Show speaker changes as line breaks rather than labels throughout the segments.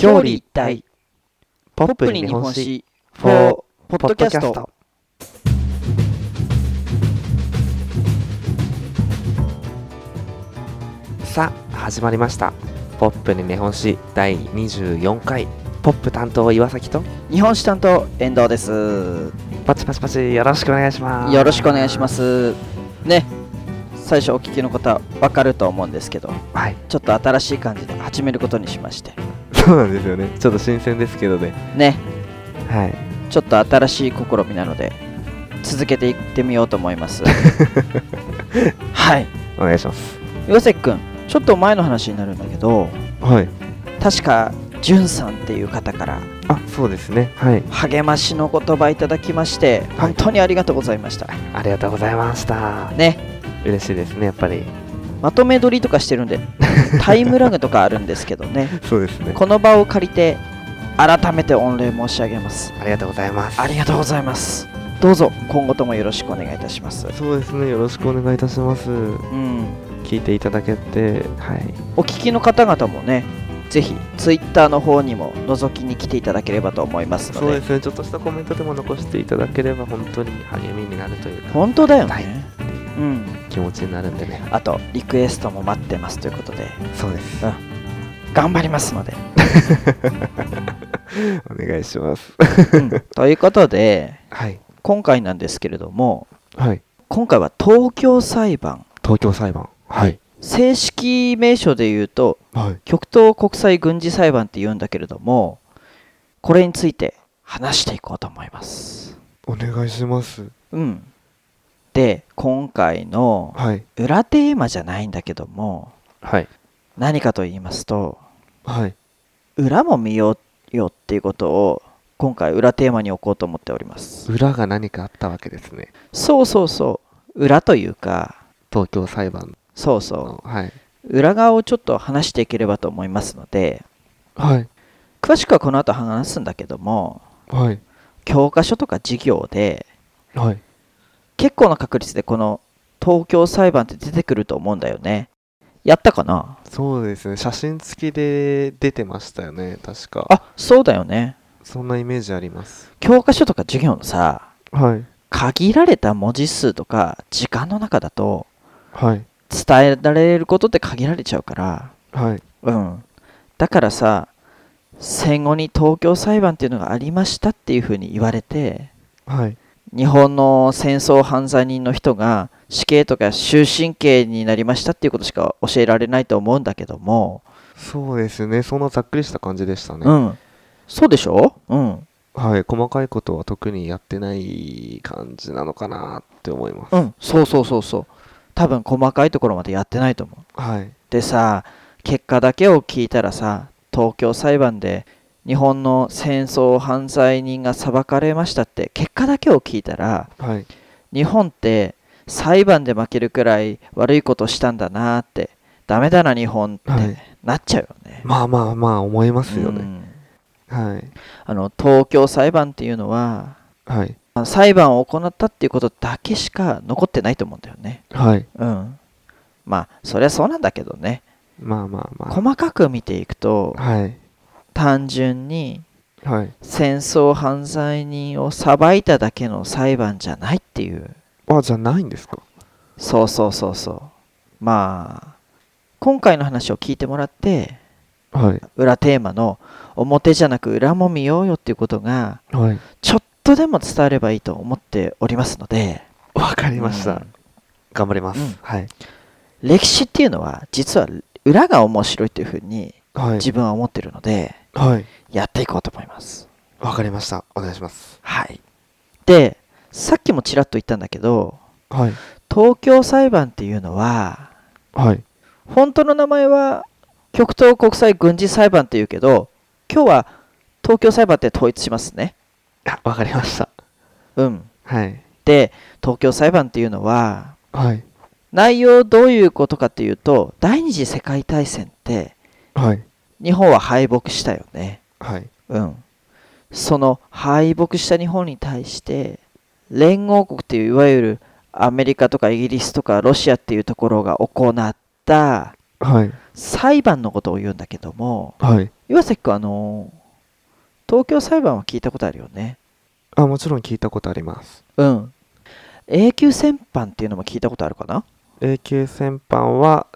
表裏一体ポップに日本史 for ポッドキャスト
さあ始まりましたポップに日本史第24回ポップ担当岩崎と
日本史担当遠藤です
パチパチパチよろしくお願いします
よろしくお願いしますね最初お聞きの方わかると思うんですけど
はい
ちょっと新しい感じで始めることにしまして
そうなんですよねちょっと新鮮ですけどね
ね
はい
ちょっと新しい試みなので続けていってみようと思います はい
お願いします
岩崎くんちょっと前の話になるんだけど
はい
確かじゅんさんっていう方から
あそうですねはい
励ましの言葉いただきまして本当にありがとうございました、
ありがとうございました
ね
嬉しいですねやっぱり
まとめ撮りとかしてるん でタイムラグとかあるんですけどね
そうですね
この場を借りて改めて御礼申し上げます
ありがとうございます
ありがとうございますどうぞ今後ともよろしくお願いいたします
そうですねよろしくお願いいたします
うん
聞いていただけてはい
お聞きの方々もねぜひツイッターの方にも覗きに来ていただければと思いますの
そう
で
ですねちょっとしたコメントでも残していただければ本当に励みになるというか
本当だよね、
はい
うん
気持ちになるんでね
あとリクエストも待ってますということで
そうです
頑張りますので、
お願いします
うんということで
はい
今回なんですけれども
はい
今回は東京裁判
東京裁判はい
正式名称で言うと
はい
極東国際軍事裁判って言うんだけれどもこれについて話していこうと思います
お願いします
うんで今回の
はい
裏テーマじゃないんだけども
はい
何かと言いますと
はい
裏も見ようよっていうことを今回裏テーマに置こうと思っております
裏が何かあったわけですね
そうそうそう裏というか
東京裁判
そうそ
のはい、
う裏側をちょっと話していければと思いますので
はい
詳しくはこの後話すんだけども
はい
教科書とか授業で
はい
結構な確率でこの東京裁判って出てくると思うんだよねやったかな
そうですね写真付きで出てましたよね確か
あそうだよね
そんなイメージあります
教科書とか授業のさ
はい
限られた文字数とか時間の中だと
はい
伝えられることって限られちゃうから
はい
うんだからさ戦後に東京裁判っていうのがありましたっていうふうに言われて
はい
日本の戦争犯罪人の人が死刑とか終身刑になりましたっていうことしか教えられないと思うんだけども、
そうですねそんなざっくりした感じでしたね、
うんそうでしょうん
はい細かいことは特にやってない感じなのかなって思います、
うんそうそうそうそう多分細かいところまでやってないと思う
はい
でさ結果だけを聞いたらさ東京裁判で日本の戦争犯罪人が裁かれましたって結果だけを聞いたら
はい
日本って裁判で負けるくらい悪いことしたんだなってダメだな日本って、
はい
なっちゃうよね。
まあまあまあ思いますよ
う
ね、
ん
はい
あの東京裁判っていうのは
はい
裁判を行ったっていうことだけしか残ってないと思うんだよね。
はい
うん、まあそりゃそうなんだけどね
まあまあま
細かく見ていくと
あはい
単純に
はい
戦争犯罪人を裁いただけの裁判じゃないっていう
あじゃないんですか
そうそうそうそうまあ今回の話を聞いてもらって
はい
裏テーマの表じゃなく裏も見ようよっていうことが
はい
ちょっとでも伝わればいいと思っておりますので
わかりました、
うん
頑張ります、
うん
はい
歴史っていうのは実は裏が面白いというふうに
はい
自分は思ってるので
はい
やっていこうと思います
わかりましたお願いします
はいでさっきもちらっと言ったんだけど
はい
東京裁判っていうのは
はい
本当の名前は極東国際軍事裁判っていうけど今日は東京裁判って統一しますね
あわかりました
うん
はい
で東京裁判っていうのは
はい
内容どういうことかっていうと第二次世界大戦って
はい
日本は敗北したよね
はい
うんその敗北した日本に対して連合国っていういわゆるアメリカとかイギリスとかロシアっていうところが行った
はい
裁判のことを言うんだけども
はい
要岩崎君あの東京裁判は聞いたことあるよね
あもちろん聞いたことあります
うん永久戦犯っていうのも聞いたことあるかな
永久戦犯は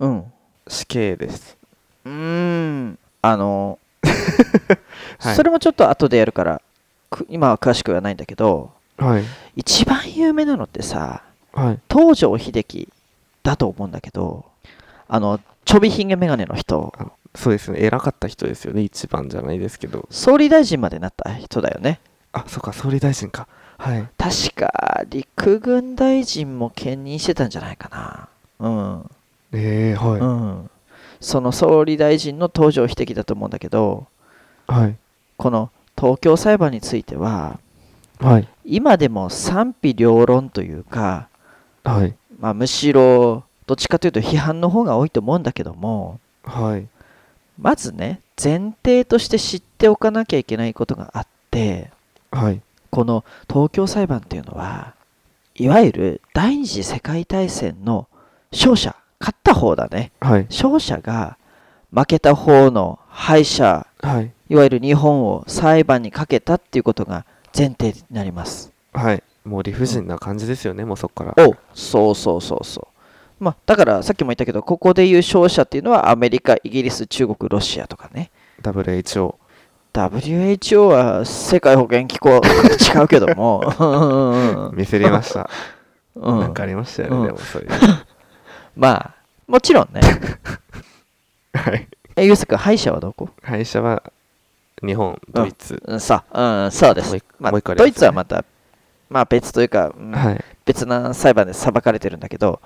うん
死刑です
うーんあの、
はい
それもちょっと後でやるからく今は詳しくはないんだけど
はい
一番有名なのってさ
はい
東條英機だと思うんだけどあのちょびひげ眼鏡の人
そうですね偉かった人ですよね一番じゃないですけど
総理大臣までなった人だよね
あそっか総理大臣かはい
確か陸軍大臣も兼任してたんじゃないかなうん
ええはい、
うん、その総理大臣の東條英機だと思うんだけど
はい
この東京裁判については
はい
今でも賛否両論というか、
はい
まあ、むしろどっちかというと批判の方が多いと思うんだけども
はい
まずね前提として知っておかなきゃいけないことがあって
はい
この東京裁判っていうのはいわゆる第二次世界大戦の勝者勝った方だね
はい
勝者が負けた方の敗者
はい
いわゆる日本を裁判にかけたっていうことが前提になります。
はいもう理不尽な感じですよね、もうそっから
おそうそうそうそう。まあ、だからさっきも言ったけどここでいう勝者っていうのはアメリカイギリス中国ロシアとかね
WHO
WHO は世界保健機構違うけども うん
見せれました、
うんうん
なんかありましたよね、
うん
でもそういう
まあもちろんね
はい
えゆうすくん敗者はどこ
会社は日本ドイツ、
うんさあ、うん、そうで
もう
す
一、
まあ
もう一個ありますよね
ドイツはまた、まあ、別というか、うん
はい
別な裁判で裁かれてるんだけど、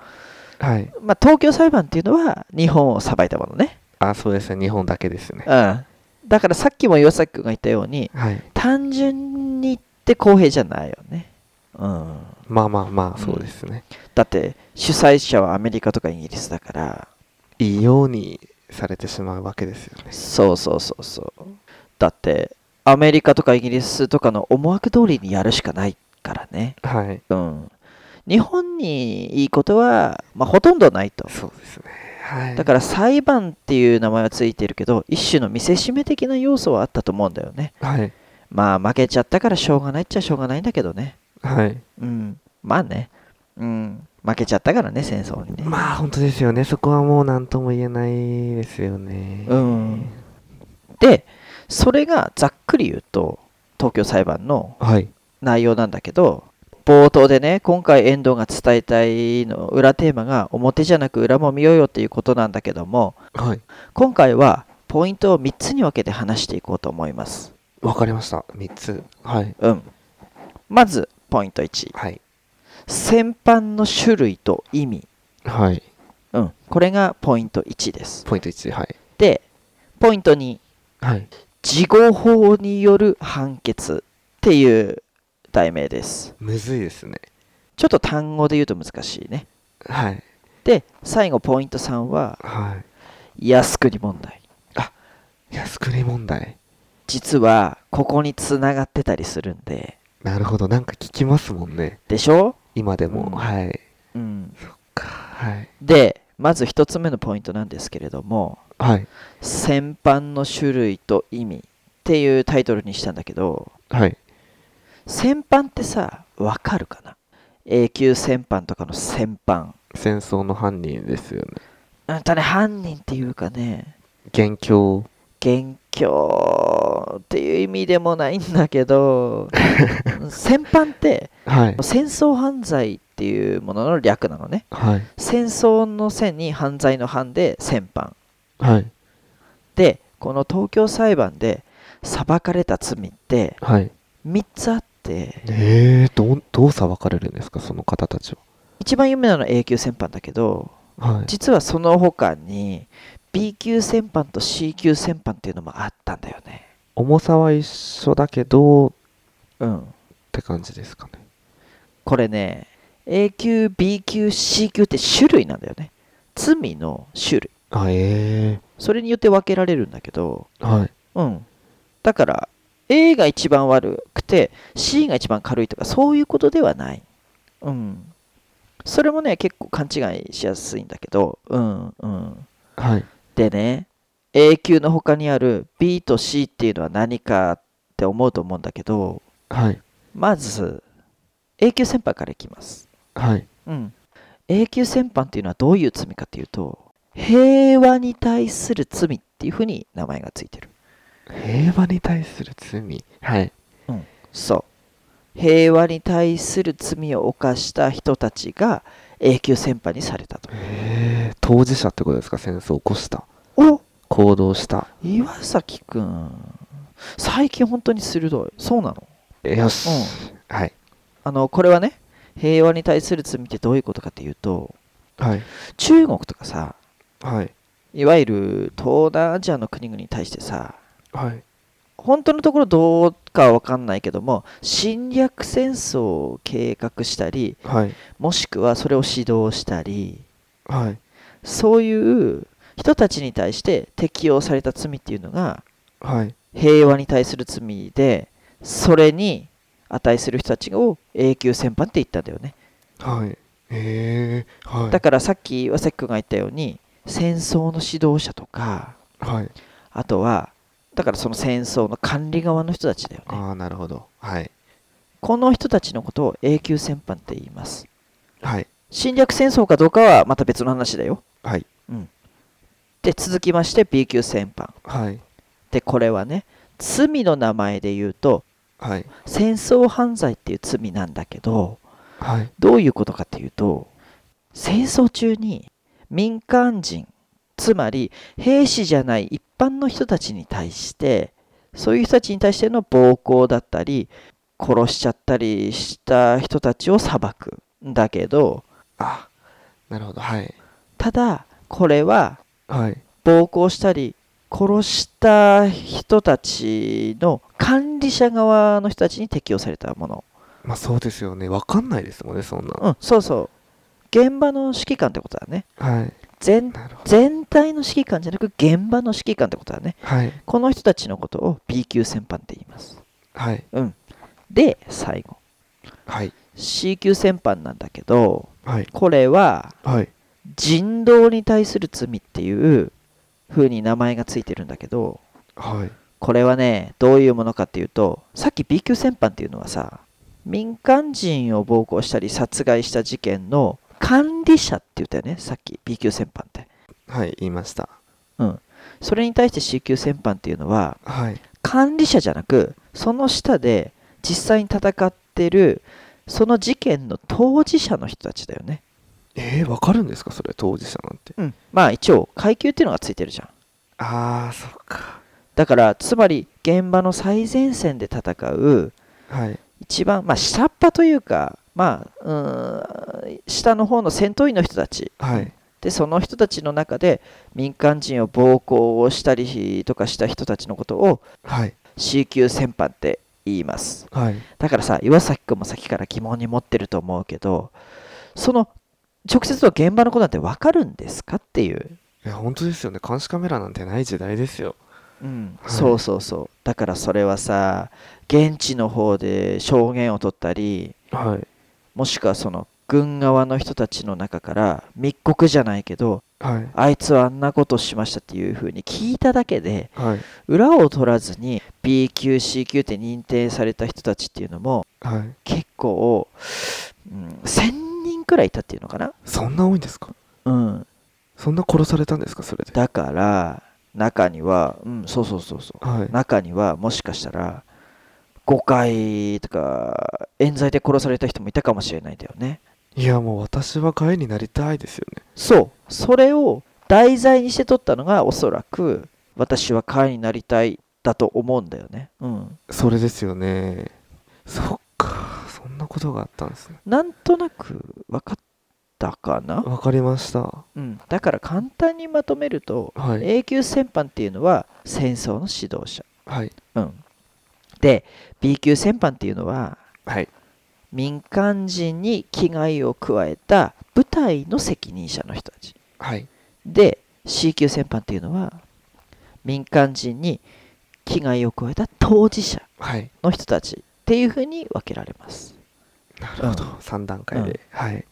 はい
まあ、東京裁判っていうのは日本を裁いたものね。
あそうですね日本だけですね
うん。だからさっきも岩崎君が言ったように、
はい
単純に言って公平じゃないよね。うん。
まあまあまあそうですね、
だって主催者はアメリカとかイギリスだから、
いいようにされてしまうわけですよね
そうそうそうそう。だってアメリカとかイギリスとかの思惑通りにやるしかないからね。
はい
うん。日本にいいことは、まあ、ほとんどないと。
そうですねはい
だから裁判っていう名前はついてるけど一種の見せしめ的な要素はあったと思うんだよね
らはい
まあ負けちゃったからしょうがないっちゃしょうがないんだけどね
はい
うんまあねうん負けちゃったからね戦争にね
まあ本当ですよねそこはもう何とも言えないですよね
うんでそれがざっくり言うと東京裁判の
はい
内容なんだけど冒頭でね今回遠藤が伝えたいの裏テーマが表じゃなく裏も見ようよっていうことなんだけども
はい
今回はポイントを3つに分けて話していこうと思います
わかりました3つはい
うん。まず、ポイント1。
はい
戦犯の種類と意味。
はい
うん。これがポイント1です。
ポイント1はい
で、ポイント2。
はい
事後法による判決っていう題名です。
むずいですね
ちょっと単語で言うと難しいね。
はい
で、最後、ポイント3は、
は
靖国問題。
い安くれ問題
実は、ここにつながってたりするんで、
なるほどなんか聞きますもんね
でしょ
今でも、
うん
はい
うん。
かはい
で、まず1つ目のポイントなんですけれども、
はい
戦犯の種類と意味っていうタイトルにしたんだけど
はい
戦犯ってさわかるかな永久戦犯とかの戦犯
戦争の犯人ですよね
うんとね犯人っていうかね
元凶
元凶っていう意味でもないんだけどうん戦犯って
はい
戦争犯罪っていうものの略なのね
はい
戦争の戦に犯罪の犯で戦犯
はい
でこの東京裁判で裁かれた罪って
はい
3つあって
えー、どうどう裁かれるんですかその方たち
一番有名なのは A 級戦犯だけど
ははい
実はその他に B 級戦犯と C 級戦犯っていうのもあったんだよね
重さは一緒だけどっ
うん
て感じですかね
これね A 級 B 級 C 級って種類なんだよね罪の種類
あえ
それによって分けられるんだけど
ー、はい
うんだから A が一番悪くて C が一番軽いとかそういうことではないうんそれもね結構勘違いしやすいんだけどうんうん
はい
でね A 級の他にある B と C っていうのは何かって思うと思うんだけど
はい
まず A 級戦犯からいきます、
はい
うん、A 級戦犯っていうのはどういう罪かっていうと平和に対する罪っていうふうに名前がついてる
平和に対する罪はい
そう平和に対する罪を犯した人たちが A 級戦犯にされたと
えー、当事者ってことですか戦争を起こした
お
行動した
岩崎くん最近本当に鋭いそうなの
よし、はい
あのこれはね平和に対する罪ってどういうことかっていうと
はい
中国とかさ
はい
いわゆる東南アジアの国々に対してさ
はい
本当のところどうかは分かんないけども侵略戦争を計画したり
はい
もしくはそれを指導したり
はい
そういう人たちに対して適用された罪っていうのが
はい
平和に対する罪でそれに値する人たちを永久戦犯って言ったんだよね
はいえー、はい
だからさっき岩崎君が言ったように戦争の指導者とか
はい
あとはだからその戦争の管理側の人たちだよね
ああなるほどはい
この人たちのことを永久戦犯って言います
はい
侵略戦争かどうかはまた別の話だよ
はい
で続きまして B 級戦犯
はい
でこれはね罪の名前で言うと
はい
戦争犯罪っていう罪なんだけど
はい
どういうことかっていうと戦争中に民間人つまり兵士じゃない一般の人たちに対してそういう人たちに対しての暴行だったり殺しちゃったりした人たちを裁くんだけど
あなるほどはい
ただこれは
はい
暴行したり殺した人たちの管理者側の人たちに適用されたもの
まあそうですよねわかんないですもんねそんな
うん、そうそう。現場の指揮官ってことだね。
はい
全
なるほど
全体の指揮官じゃなく現場の指揮官ってことだね。
はい
この人たちのことを B 級戦犯って言います。
はい
うん。で、最後。
はい
C 級戦犯なんだけど、
はい
これは
はい
人道に対する罪っていう風に名前がついてるんだけど、
はい
これはね、どういうものかっていうと、さっき B 級戦犯っていうのはさ、民間人を暴行したり殺害した事件の管理者って言ったよね、さっき B 級戦犯って。
はい言いました
うん。それに対して C 級戦犯っていうのは、
はい
管理者じゃなく、その下で実際に戦ってる、その事件の当事者の人たちだよね。
えー、わかるんですかそれ当事者なんて
うん。まあ一応、階級っていうのがついてるじゃん。
ああそっか
だから、つまり現場の最前線で戦う、
はい
一番、まあ、下っ端というか、まあ、うーん下の方の戦闘員の人たち
はい
でその人たちの中で民間人を暴行をしたりとかした人たちのことを
はい
C 級戦犯って言います
はい
だからさ岩崎君もさっきから疑問に持ってると思うけどその直接の現場のことなんて分かるんですかっていう、
いや本当ですよね監視カメラなんてない時代ですよ
うん
はい
そうそうそうだからそれはさ現地の方で証言を取ったり
はい
もしくはその軍側の人たちの中から密告じゃないけど
はい
あいつはあんなことしましたっていうふうに聞いただけで
はい
裏を取らずに B 級 C 級って認定された人たちっていうのも
はい
結構、うん、1000人くらいいたっていうのかな
そんな多いんですか
うん
そんな殺されたんですかそれで
だから中にはうんそうそうそうそう
はい
中にはもしかしたら誤解とか冤罪で殺された人もいたかもしれないんだよね
いやもう私は害になりたいですよね
そうそれを題材にして撮ったのがおそらく私は会になりたいだと思うんだよねうん
それですよねそっかそんなことがあったんですね
なんとなく分かったかな、
わかりました
うん、だから簡単にまとめると
はい
永久戦犯っていうのは戦争の指導者
はい
うんで B 級戦犯っていうのは
はい
民間人に危害を加えた部隊の責任者の人たち
はい
で C 級戦犯っていうのは民間人に危害を加えた当事者
はい
の人たちっていうふうに分けられます
なるほど3段階ではい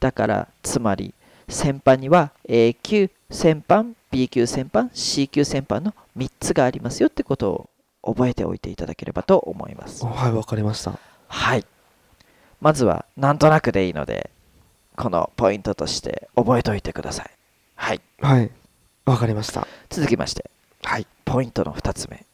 だからつまり戦犯には A 級戦犯 B 級戦犯 C 級戦犯の3つがありますよってことを覚えておいていただければと思います
はいわかりました
はいまずはなんとなくでいいのでこのポイントとして覚えておいてくださいはい
はいわかりました
続きまして
はい
ポイントの2つ目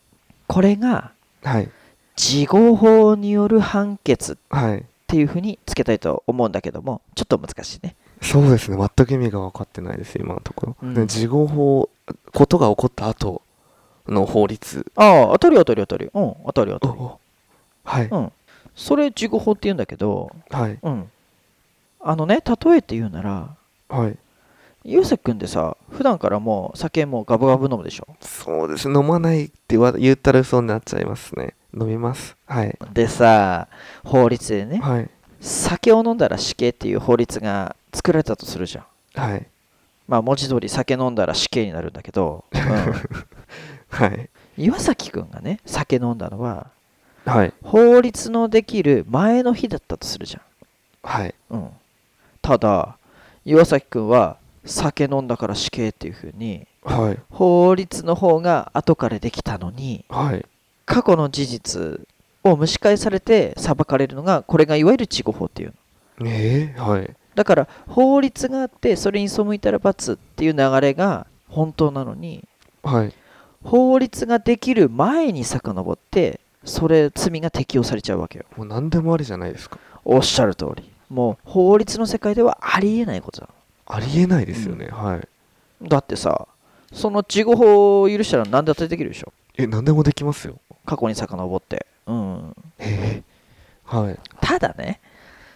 これが
はい
事後法による判決っ
はい
ていうふうにつけたいと思うんだけどもちょっと難しいね
そうですね全く意味が分かってないです今のとこ
う
ろ、
ん
で事後法ことが起こった後の法律
ああ当たり当たり当たりうん当たり当たり
おはい、
うんそれ事後法って言うんだけど
はい
うんあのね例えて言うなら
はい
ゆうせくんってさ普段からもう酒もガブガブ飲むでしょ
そうです飲まないってわ言ったら嘘になっちゃいますね飲みますはい
でさ法律でね
はい
酒を飲んだら死刑っていう法律が作られたとするじゃん
はい
まあ文字通り酒飲んだら死刑になるんだけど、 う
はい
ん岩崎くんがね酒飲んだのは
はい
法律のできる前の日だったとするじ
はい
ゃん、うん、ただ岩崎くんは酒飲んだから死刑っていう風に
はい
法律の方が後からできたのに
はい
過去の事実を蒸し返されて裁かれるのがこれがいわゆる事後法っていうの
えー、はい
だから法律があってそれに背いたら罰っていう流れが本当なのに
はい
法律ができる前に遡ってそれ罪が適用されちゃうわけよ
もう何でもありじゃないですか
おっしゃる通りもう法律の世界ではありえないことだ
ありえないですよね、はい
だってさその事後法を許したら何だってできるでしょ
え何でもできますよ
過去に遡ってうん
えー、はい
ただね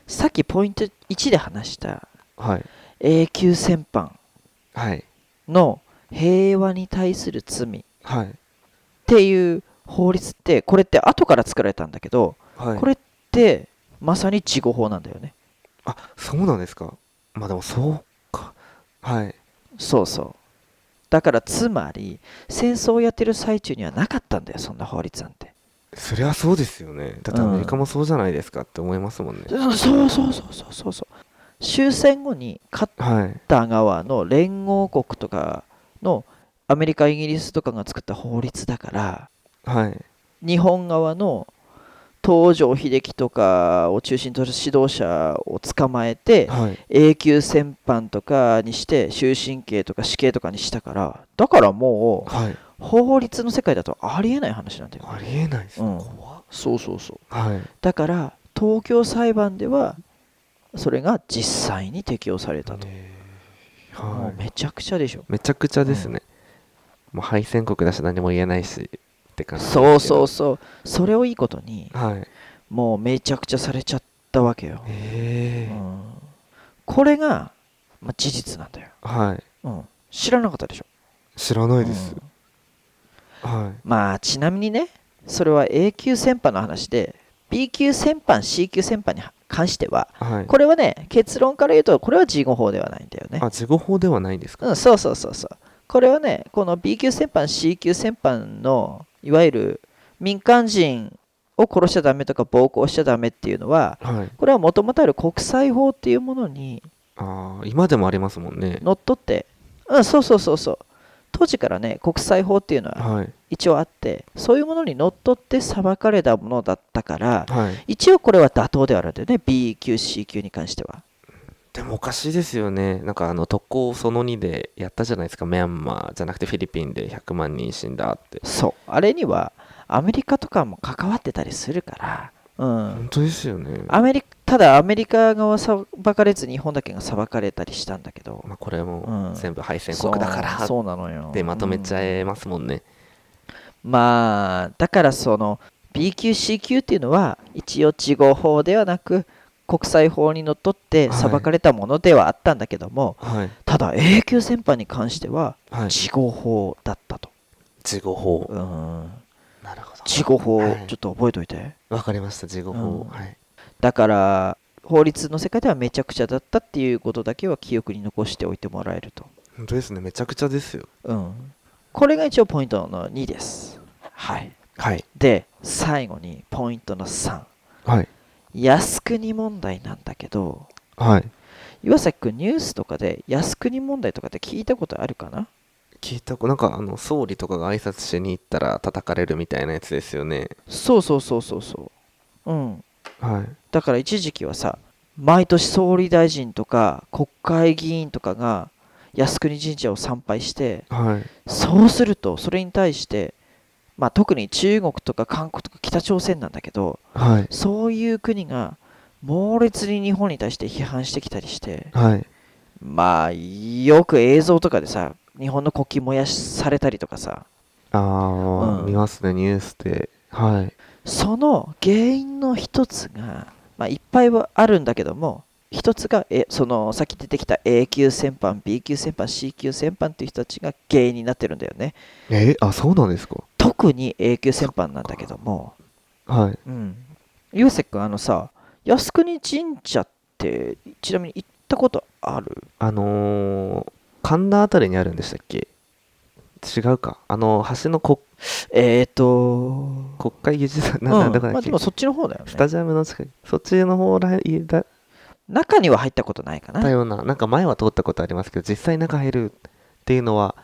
さっきポイント1で話した
はい
A 級戦犯
はい
の平和に対する罪っ
はい
ていう法律ってこれって後から作られたんだけど、
はい
これってまさに事後法なんだよね
あそうなんですかまあでもそうかはい
そうそうだからつまり戦争をやってる最中にはなかったんだよそんな法律なんて
そりゃそうですよねだってアメリカもそうじゃないですかって思いますもんね、
そそうそうそうそうそうそう終戦後に勝っ
はい
た側の連合国とかのアメリカイギリスとかが作った法律だから
はい
日本側の東条英機とかを中心とする指導者を捕まえて
はい
永久戦犯とかにして終身刑とか死刑とかにしたからだからも
はいう
法律の世界だとありえない話なんだよ
ありえないですね、
うん
怖っ
そうそうそう
はい
だから東京裁判ではそれが実際に適用されたと、
ねえ
も
は
う
い
めちゃくちゃでしょ
めちゃくちゃですね、もう敗戦国だし何も言えないしって感じです
そ
けど
うそうそうそれをいいことに
はい
もうめちゃくちゃされちゃったわけよ、う
ええ
ん、これが、まあ事実なんだよ、
はい
うん、知らなかったでしょ
知らないです、
うん
は
まあちなみにねそれは A 級戦犯の話で B 級戦犯 C 級戦犯に関してはい
はい
これはね結論から言うとこれは事後法ではないんだよね
あ事後法ではないんですか、
うん、そうそうそうそう。これはね、この B 級戦犯、C 級戦犯の、いわゆる民間人を殺しちゃダメとか暴行しちゃダメっていうのは、
はい
これはもともとある国際法っていうものに
ああ今でもありますもんね
のっとって、うん、そうそうそうそう。当時からね、国際法っていうのは
はい
一応あって、そういうものにのっとって裁かれたものだったから、
はい
一応これは妥当ではあるんだよね、B 級、C 級に関しては。
でもおかしいですよねなんかあの特攻その2でやったじゃないですかミャンマーじゃなくてフィリピンで100万人死んだって
そう、あれにはアメリカとかも関わってたりするから、うん、
本当ですよね
アメリただアメリカ側は裁かれず日本だけが裁かれたりしたんだけど
まあ、これ
う
も
ん
全部敗戦国だから
そうそうなのよ
でまとめちゃ
うん
えますもんね、
まあだからその B 級 C 級っていうのは一応地合法ではなく国際法にのっとって
はい
裁かれたものではあったんだけども、
はい
ただ A 級戦犯に関しては
はい
地合法だったと、
事後法
うん
なるほど
地合法
はい
ちょっと覚えといて
わかりました事後法、
うん
はい
だから法律の世界ではめちゃくちゃだったっていうことだけは記憶に残しておいてもらえると
本当ですねめちゃくちゃですよ
うん、これが一応ポイントの2です。はい、
はい
で最後にポイントの3
はい
靖国問題なんだけど
はい
岩崎君ニュースとかで靖国問題とかって聞いたことあるかな
聞いたこなんかあの総理とかが挨拶しに行ったら叩かれるみたいなやつですよね
そうそうそうそうそううん
はい
だから一時期はさ毎年総理大臣とか国会議員とかが靖国神社を参拝して
はい
そうするとそれに対して、まあ、特に中国とか韓国とか北朝鮮なんだけど
はい
そういう国が猛烈に日本に対して批判してきたりして
はい
まあよく映像とかでさ日本の国旗燃やされたりとかさ
ああ、
うん
見ますねニュースではい
その原因の一つが、まあ、いっぱいはあるんだけども一つがえそのさっき出てきた A 級戦犯 B 級戦犯 C 級戦犯っていう人たちが原因になってるんだよね
えあそうなんですか
特に A 級戦犯なんだけども
はい
うんゆうせくんあのさ靖国神社ってちなみに行ったことある
あのー、神田あたりにあるんでしたっけ違うかあの橋の国
えーと
国会議事堂な
うん
なんだか
ま
だ
あ
っけ、
でもそっちの方だよ
ス
ね
タジアムの近くそっちの方らへんだっ
中には入ったことないか
た
な
ようななんか前は通ったことありますけど実際中入るっていうのは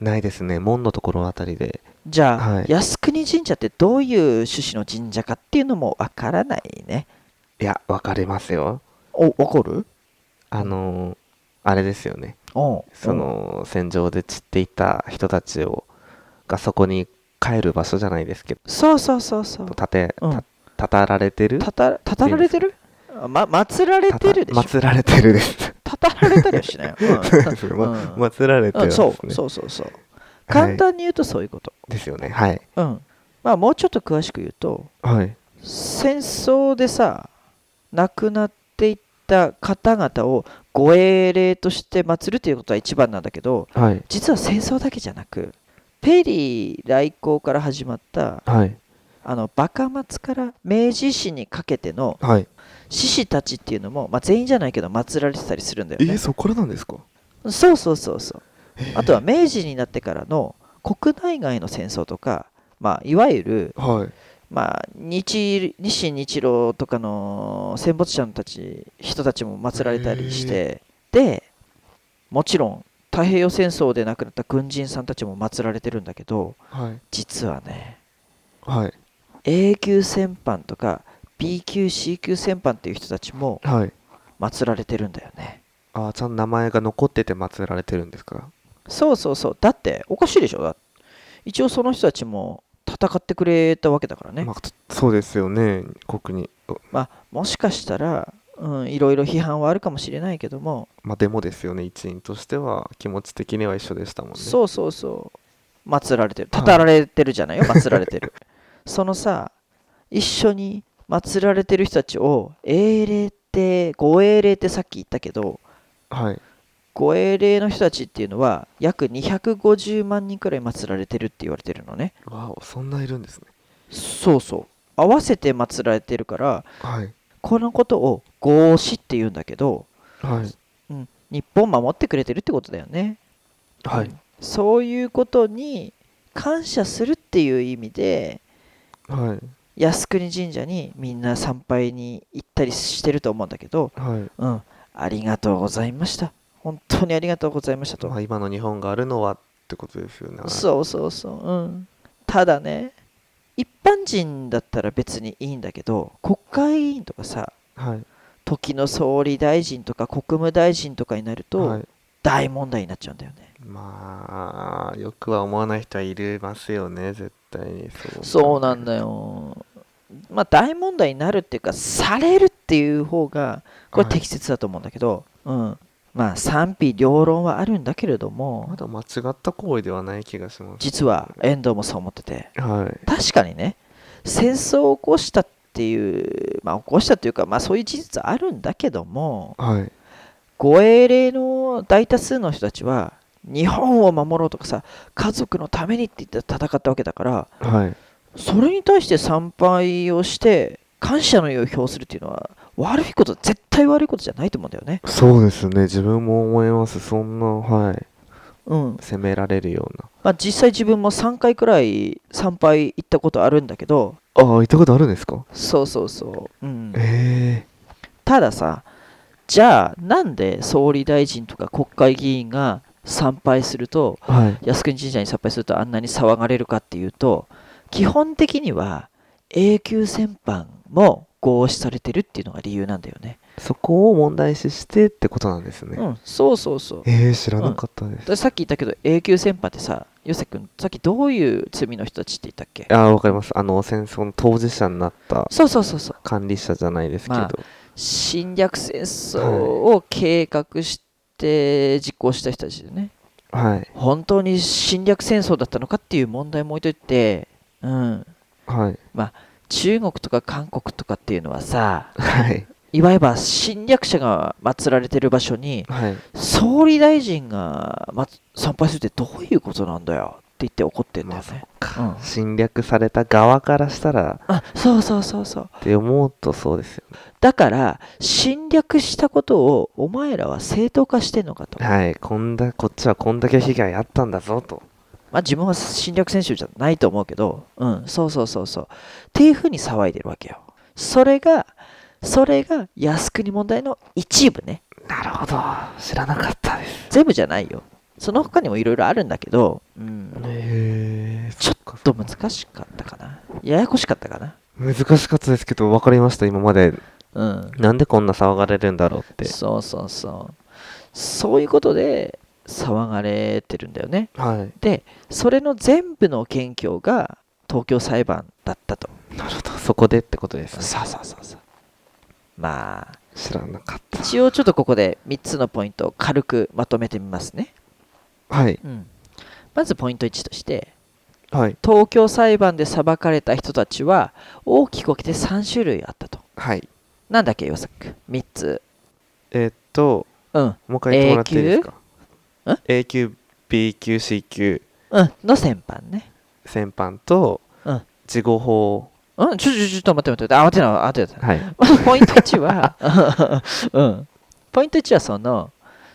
ないですね門のところあたりで
じゃあ、
はい
靖国神社ってどういう趣旨の神社かっていうのもわからないね
いや分かりますよ
お怒る
あのー、あれですよね
お
その戦場で散っていた人たちをがそこに帰る場所じゃないですけど
そうそうそうそう
たて
うん
たたたられてる
たたたたられてるあま祀られてるでしょ
祀られてる です。
たたられたりはし ないよ、うん
そうですね。ま
うん
祀られて
う
るん
ん
です
そ
ね。
うそうそうそう
はい
簡単に言うとそういうこと、
ですよね。はい。
うんまあもうちょっと詳しく言うと
はい。
戦争でさ亡くなっていった方々を護衛霊として祀るということは一番なんだけど
はい。
実は戦争だけじゃなくペリー来航から始まった
はい。
あの幕末から明治維新にかけての
はい。
志士たちっていうのも、まあ、全員じゃないけど祀られてたりするんだよね
そこからなんですか
そうそうそうそうあとは明治になってからの国内外の戦争とか、まあ、いわゆる
はい。
まあ、日日清日露とかの戦没者のたち人たちも祀られたりしてでもちろん太平洋戦争で亡くなった軍人さんたちも祀られてるんだけど
はい。
実はね
はい。
A 級戦犯とか B 級 C 級戦犯っていう人たちも
はい。
祀られてるんだよね
あーちゃんと名前が残ってて祀られてるんですか
そうそうそうだっておかしいでしょだって一応その人たちも戦ってくれたわけだからね
まあ、そうですよね。国に。お
まあ、もしかしたら、うん、いろいろ批判はあるかもしれないけども、
まあ、でもですよね。一員としては気持ち的には一緒でしたもんね。
そうそうそう祀られてる
はい
たたられてるじゃない よ祀られてるそのさ一緒に祀られてる人たちを英霊って護衛霊ってさっき言ったけど
はい。
護衛霊の人たちっていうのは約250万人くらい祀られてるって言われてるのね
わお、そんないるんですね。
そうそう合わせて祀られてるから
はい。
このことを合祀って言うんだけど、
はい。
うん、日本守ってくれてるってことだよね
はい。
そういうことに感謝するっていう意味で
はい。
靖国神社にみんな参拝に行ったりしてると思うんだけど、
はい。
うん、ありがとうございました本当にありがとうございましたと、
まあ、今の日本があるのはってことですよね。
そうそうそう、うん、ただね一般人だったら別にいいんだけど国会議員とかさ
はい。
時の総理大臣とか国務大臣とかになる
は
と
い、
大問題になっちゃうんだよね、
まあよくは思わない人はいるますよね絶対にそう
そうなんだよ。まあ大問題になるっていうかされるっていう方がこれ
はい
適切だと思うんだけど、うん、まあ賛否両論はあるんだけれど
ま
も
だ間違った行為ではない気がします
実は遠藤もそう思ってて
はい
確かにね戦争を起こしたっていうまあ起こしたというかまあそういう事実はあるんだけども
はい
護衛令の大多数の人たちは日本を守ろうとかさ家族のためにって言って戦ったわけだから
はい
それに対して参拝をして感謝の意を表するっていうのは悪いこと絶対悪いことじゃないと思うんだよね。
そうですね自分も思いますそんなはい
うん
責められるような
まあ、実際自分も3回くらい参拝行ったことあるんだけど
ああ行ったことあるんですか
そうそうそう、うん、
え
たださじゃあなんで総理大臣とか国会議員が参拝すると
はい。
靖国神社に参拝するとあんなに騒がれるかっていうと基本的には永久戦犯も合視されてるっていうのが理由なんだよね。
そこを問題視してってことなんですね。
うん、そうそうそう。
えー、知らなかったです。
ださっき言ったけど永久戦犯ってさ、ヨセ君さっきどういう罪の人たちって言ったっけ
ああ、わかります。あの、戦争の当事者になった
そうそうそうそう。
管理者じゃないですけど。
まあ侵略戦争を計画して実行した人たちでね、
はい。
本当に侵略戦争だったのかっていう問題も置いといて、うん、
はい。
中国とか韓国とかっていうのはさ、
はい。
いわゆる侵略者が祀られてる場所に、
はい。
総理大臣が、ま、参拝するってどういうことなんだよって言って怒ってんだよね。うん
侵略された側からしたら
あそうそうそうそう
って思うとそうですよね。
だから侵略したことをお前らは正当化してんのかと、
はい。こんだ、こっちはこんだけ被害あったんだぞと。
まあ、自分は侵略戦争じゃないと思うけど、うん、そうそうそうそう。っていうふうに騒いでるわけよ。それが、それが靖国問題の一部ね。
なるほど。知らなかったです。
全部じゃないよ。その他にもいろいろあるんだけど、うん、
えー、
ちょっと難しかったかな。ややこしかったかな。
難しかったですけど、分かりました、今まで。
うん。
なんでこんな騒がれるんだろうって。
そうそうそう。そういうことで騒がれてるんだよね。
はい。
で、それの全部の検挙が東京裁判だったと。
なるほど。そこでってことですね。
そうそうそうそう。まあ、
知らなかっ
一応ちょっとここで3つのポイントを軽くまとめてみますね、
た。はい。
まずポイント1として
はい。
東京裁判で裁かれた人たちは大きく分けて3種類あったと
はい。
なんだっけ岩崎君3つ
えーっと、
うん、
もう一回言ってもらっていいですか ?A 級、B 級、C 級、
うん、の戦犯ね
戦犯と、
うん
事後法。
うん、ちょちょちょっと待って待って待って慌てない
はい。
慌てないポイント1は、 うん、ポイント1はその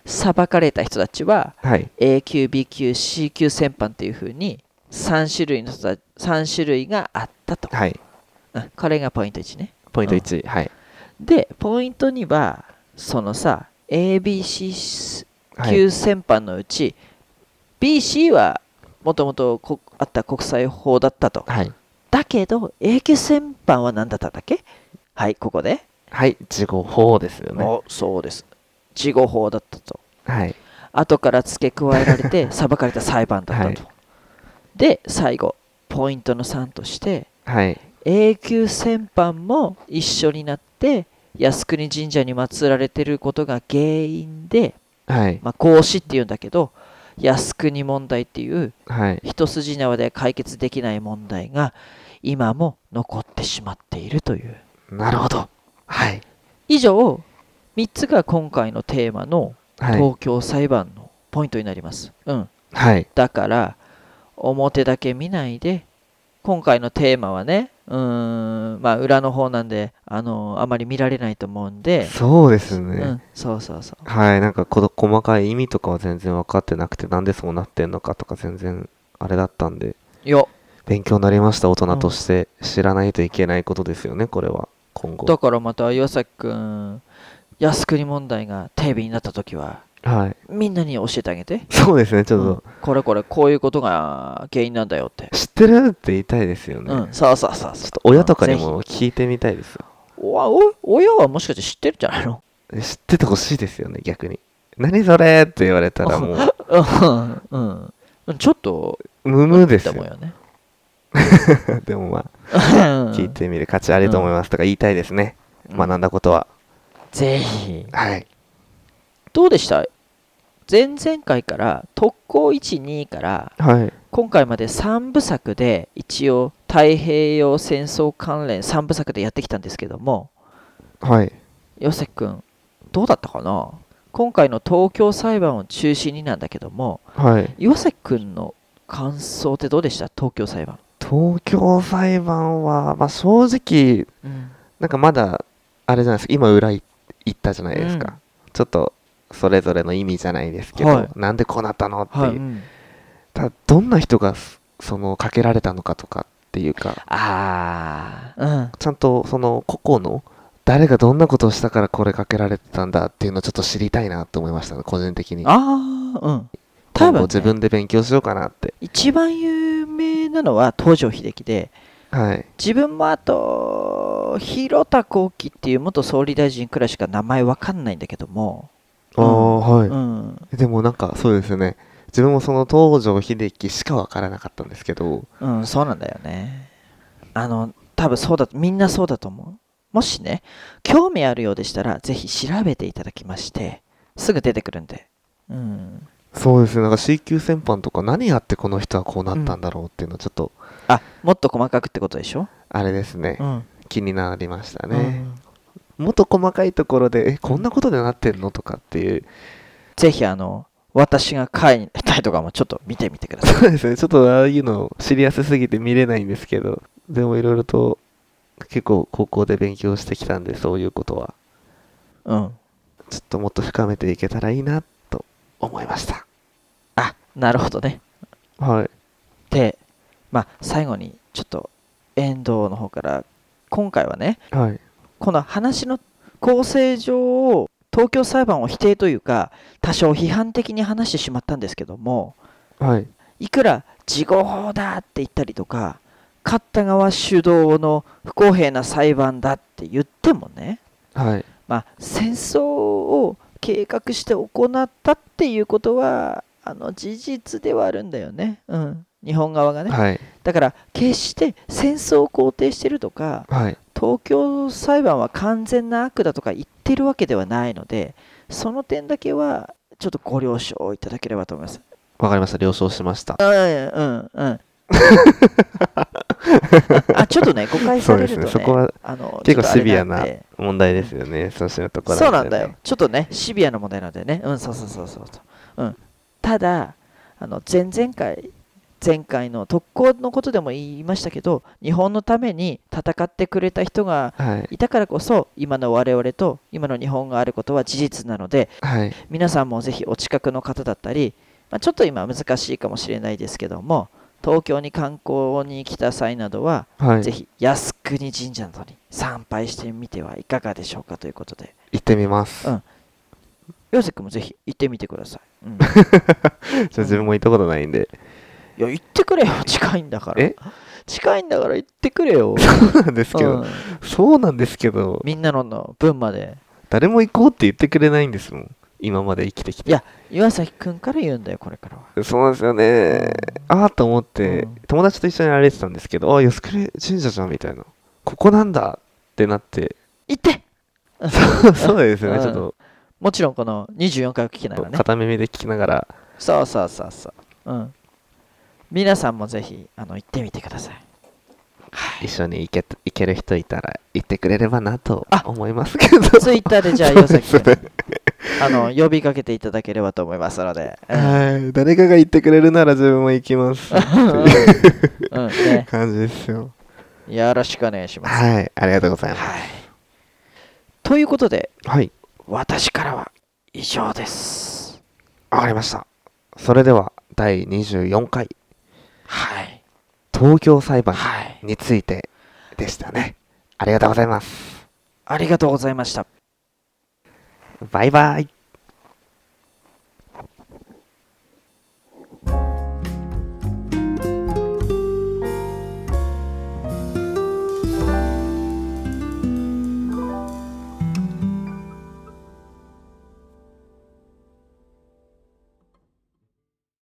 裁かれた人たちは
はい。
A 級 B 級 C 級戦犯というふうに3種類の人た3種類があったと
はい。
うんこれがポイント1ね。
ポイント1。はい。
で、ポイント2は、そのさ、ABC
はい。
級戦犯のうち、BC はもともとこあった国際法だったと。
はい。
だけど、A 級戦犯は何だったんだっけはい、ここで。
はい。事後法ですよね。
おそうです。事後法だったと。
はい。
後から付け加えられ て裁かれた裁判だったと。で、最後、ポイントの3として、
はい。
永久戦犯も一緒になって靖国神社に祀られてることが原因で、
はい。
まあ、合祀っていうんだけど靖国問題っていう
はい。
一筋縄で解決できない問題が今も残ってしまっているという
なるほど。はい。
以上3つが今回のテーマの
はい。
東京裁判のポイントになります、うん、
はい。
だから表だけ見ないで今回のテーマはねうーんまあ裏の方なんであのあまり見られないと思うんで、
そうです
う
ね
ん。、そうそうそう
はい。なんか、この細かい意味とかは全然分かってなくて、なんでそうなってんのかとか全然、あれだったんで、
よ
勉強になりました、大人として。知らないといけないことですよね、これは。今後。
だからまた岩崎くん靖国問題がテレビになった時は
はい。
みんなに教えてあげて、
そうですね、ちょっ
う
と
ん。これこれこういうことが原因なんだよって、
知ってるって言いたいですよね。
う
ちょ
んそうそうそうそう
っと親とかに
うん
も聞いてみたいですよ。
おお親はもしかして知ってるんじゃないの
知っててほしいですよね、逆に。何それって言われたらもう、
うんうんうんちょっと
無無です
だ
よ
もん。よね
でもまあ、
聞
聞いてみる価値あると思いますとか言いたいですね。学んだことは。
ぜひ
はい。
どうでした前々回から特攻12から
はい。
今回まで3部作で一応太平洋戦争関連3部作でやってきたんですけども
はい。
ヨセ君どうだったかな今回の東京裁判を中心になんだけども
はい。
岩崎君の感想ってどうでした東京裁判、
東京裁判は、まあ正直、なんかまだ、あれじゃないですか、今裏い行ったじゃないですか。ちょっと、それぞれの意味じゃないですけど、
はい
なんでこうなったのっていう。
はい、うん
ただどんな人がそそのかけられたのかとかっていうか
ああ
ちゃんとその個々の誰がどんなことをしたからこれかけられてたんだっていうのをちょっと知りたいなと思いましたね個人的
う
に
んああうん多
今
分ね
後自分で勉強しようかなって
一番有名なのは東條英機で
はい
自分もあと広田幸喜っていう元総理大臣くらいしか名前わかんないんだけども、
ああはい、
うん、
でもなんかそうですよね自分もその東條英機しか分からなかったんですけど
うん、そうなんだよね。あの、多分そうだ、みんなそうだと思う。もしね、興味あるようでしたら、ぜひ調べていただきまして、すぐ出てくるんで。うん。
そうですねなんか C 級戦犯とか何やってこの人はこうなったんだろうっていうのちょっと
あ、もっと細かくってことでしょ
あれですね、
ん。
気になりました
う
ね、
ん
もっと細かいところでえこんなことでなってんのとかっていう
ぜひ、あの、私が書いたりとかもちょっと見てみてください。
そうですねちょっとああいうの知りやすすぎて見れないんですけどでもいろいろと結構高校で勉強してきたんでそういうことは
うん。
ちょっともっと深めていけたらいいなと思いました
あ、なるほどね。
はい
で、まあ、最後に、ちょっと、遠藤の方から、今回はね、
はい
この話の構成上を東京裁判を否定というか多少批判的に話してしまったんですけども
はい
いくら事後法だって言ったりとか勝った側主導の不公平な裁判だって言ってもね、
はい
まあ、戦争を計画して行ったっていうことはあの事実ではあるんだよね、うん、日本側がね。
はい
だから決して戦争を肯定してるとか
はい
東京裁判は完全な悪だとか言ってるわけではないのでその点だけはちょっとご了承いただければと思います。
わかりました了承しました
うんうんうん。 あちょっとね誤解されるとね
そうですねそこは
あの
結構
ちょっとあれ
シビアなん
で
問題ですよねそういうところ
そうなんだ
ね
よちょっとねシビアな問題なんでねうんそうそうそうそうそう、うん、ただあの前々回前回の特攻のことでも言いましたけど日本のために戦ってくれた人が
はい
いたからこそ今の我々と今の日本があることは事実なので
はい
皆さんもぜひお近くの方だったり、まあ、ちょっと今難しいかもしれないですけども東京に観光に来た際などは、
はい
ぜひ靖国神社などに参拝してみてはいかがでしょうかということで
行ってみます、
うん陽介君もぜひ行ってみてください、う ん、い
じゃあ自分も行ったことないんで
や行ってくれよ 近いんだから
え
近いんだから行ってくれよ、
そうなんですけ
う
ど
ん
そうなんですけど
みんなのの分まで
誰も行こうって言ってくれないんですもん今まで生きてきて
いや岩崎君から言うんだよこれからは
そうなんですよねああと思って、
うん
友達と一緒に歩いてたんですけどああ靖国神社じゃんみたいなここなんだってなって
行って
そうですよね、
うん
ちょっと
もちろんこの24回を聞きながらね。
片耳で聞きながら
そうそうそうそう。うん。皆さんもぜひあの行ってみてくださ い。
一緒に行け行ける人いたら行ってくれればなと
あ
思いますけど
ツイッターでじゃあ
そう
岩
で
崎
すね
君、 あの呼びかけていただければと思いますの で。うん
はい誰かが行ってくれるなら自分も行きますっていう
うんね、
感じですよ
よろしくお願いします。
はいありがとうございます
はい。ということで、
はい
私からは以上です。
わかりましたそれでは第24回
はい。
東京裁判
はい。
についてでしたねありがとうございます
ありがとうございました。
バイバイ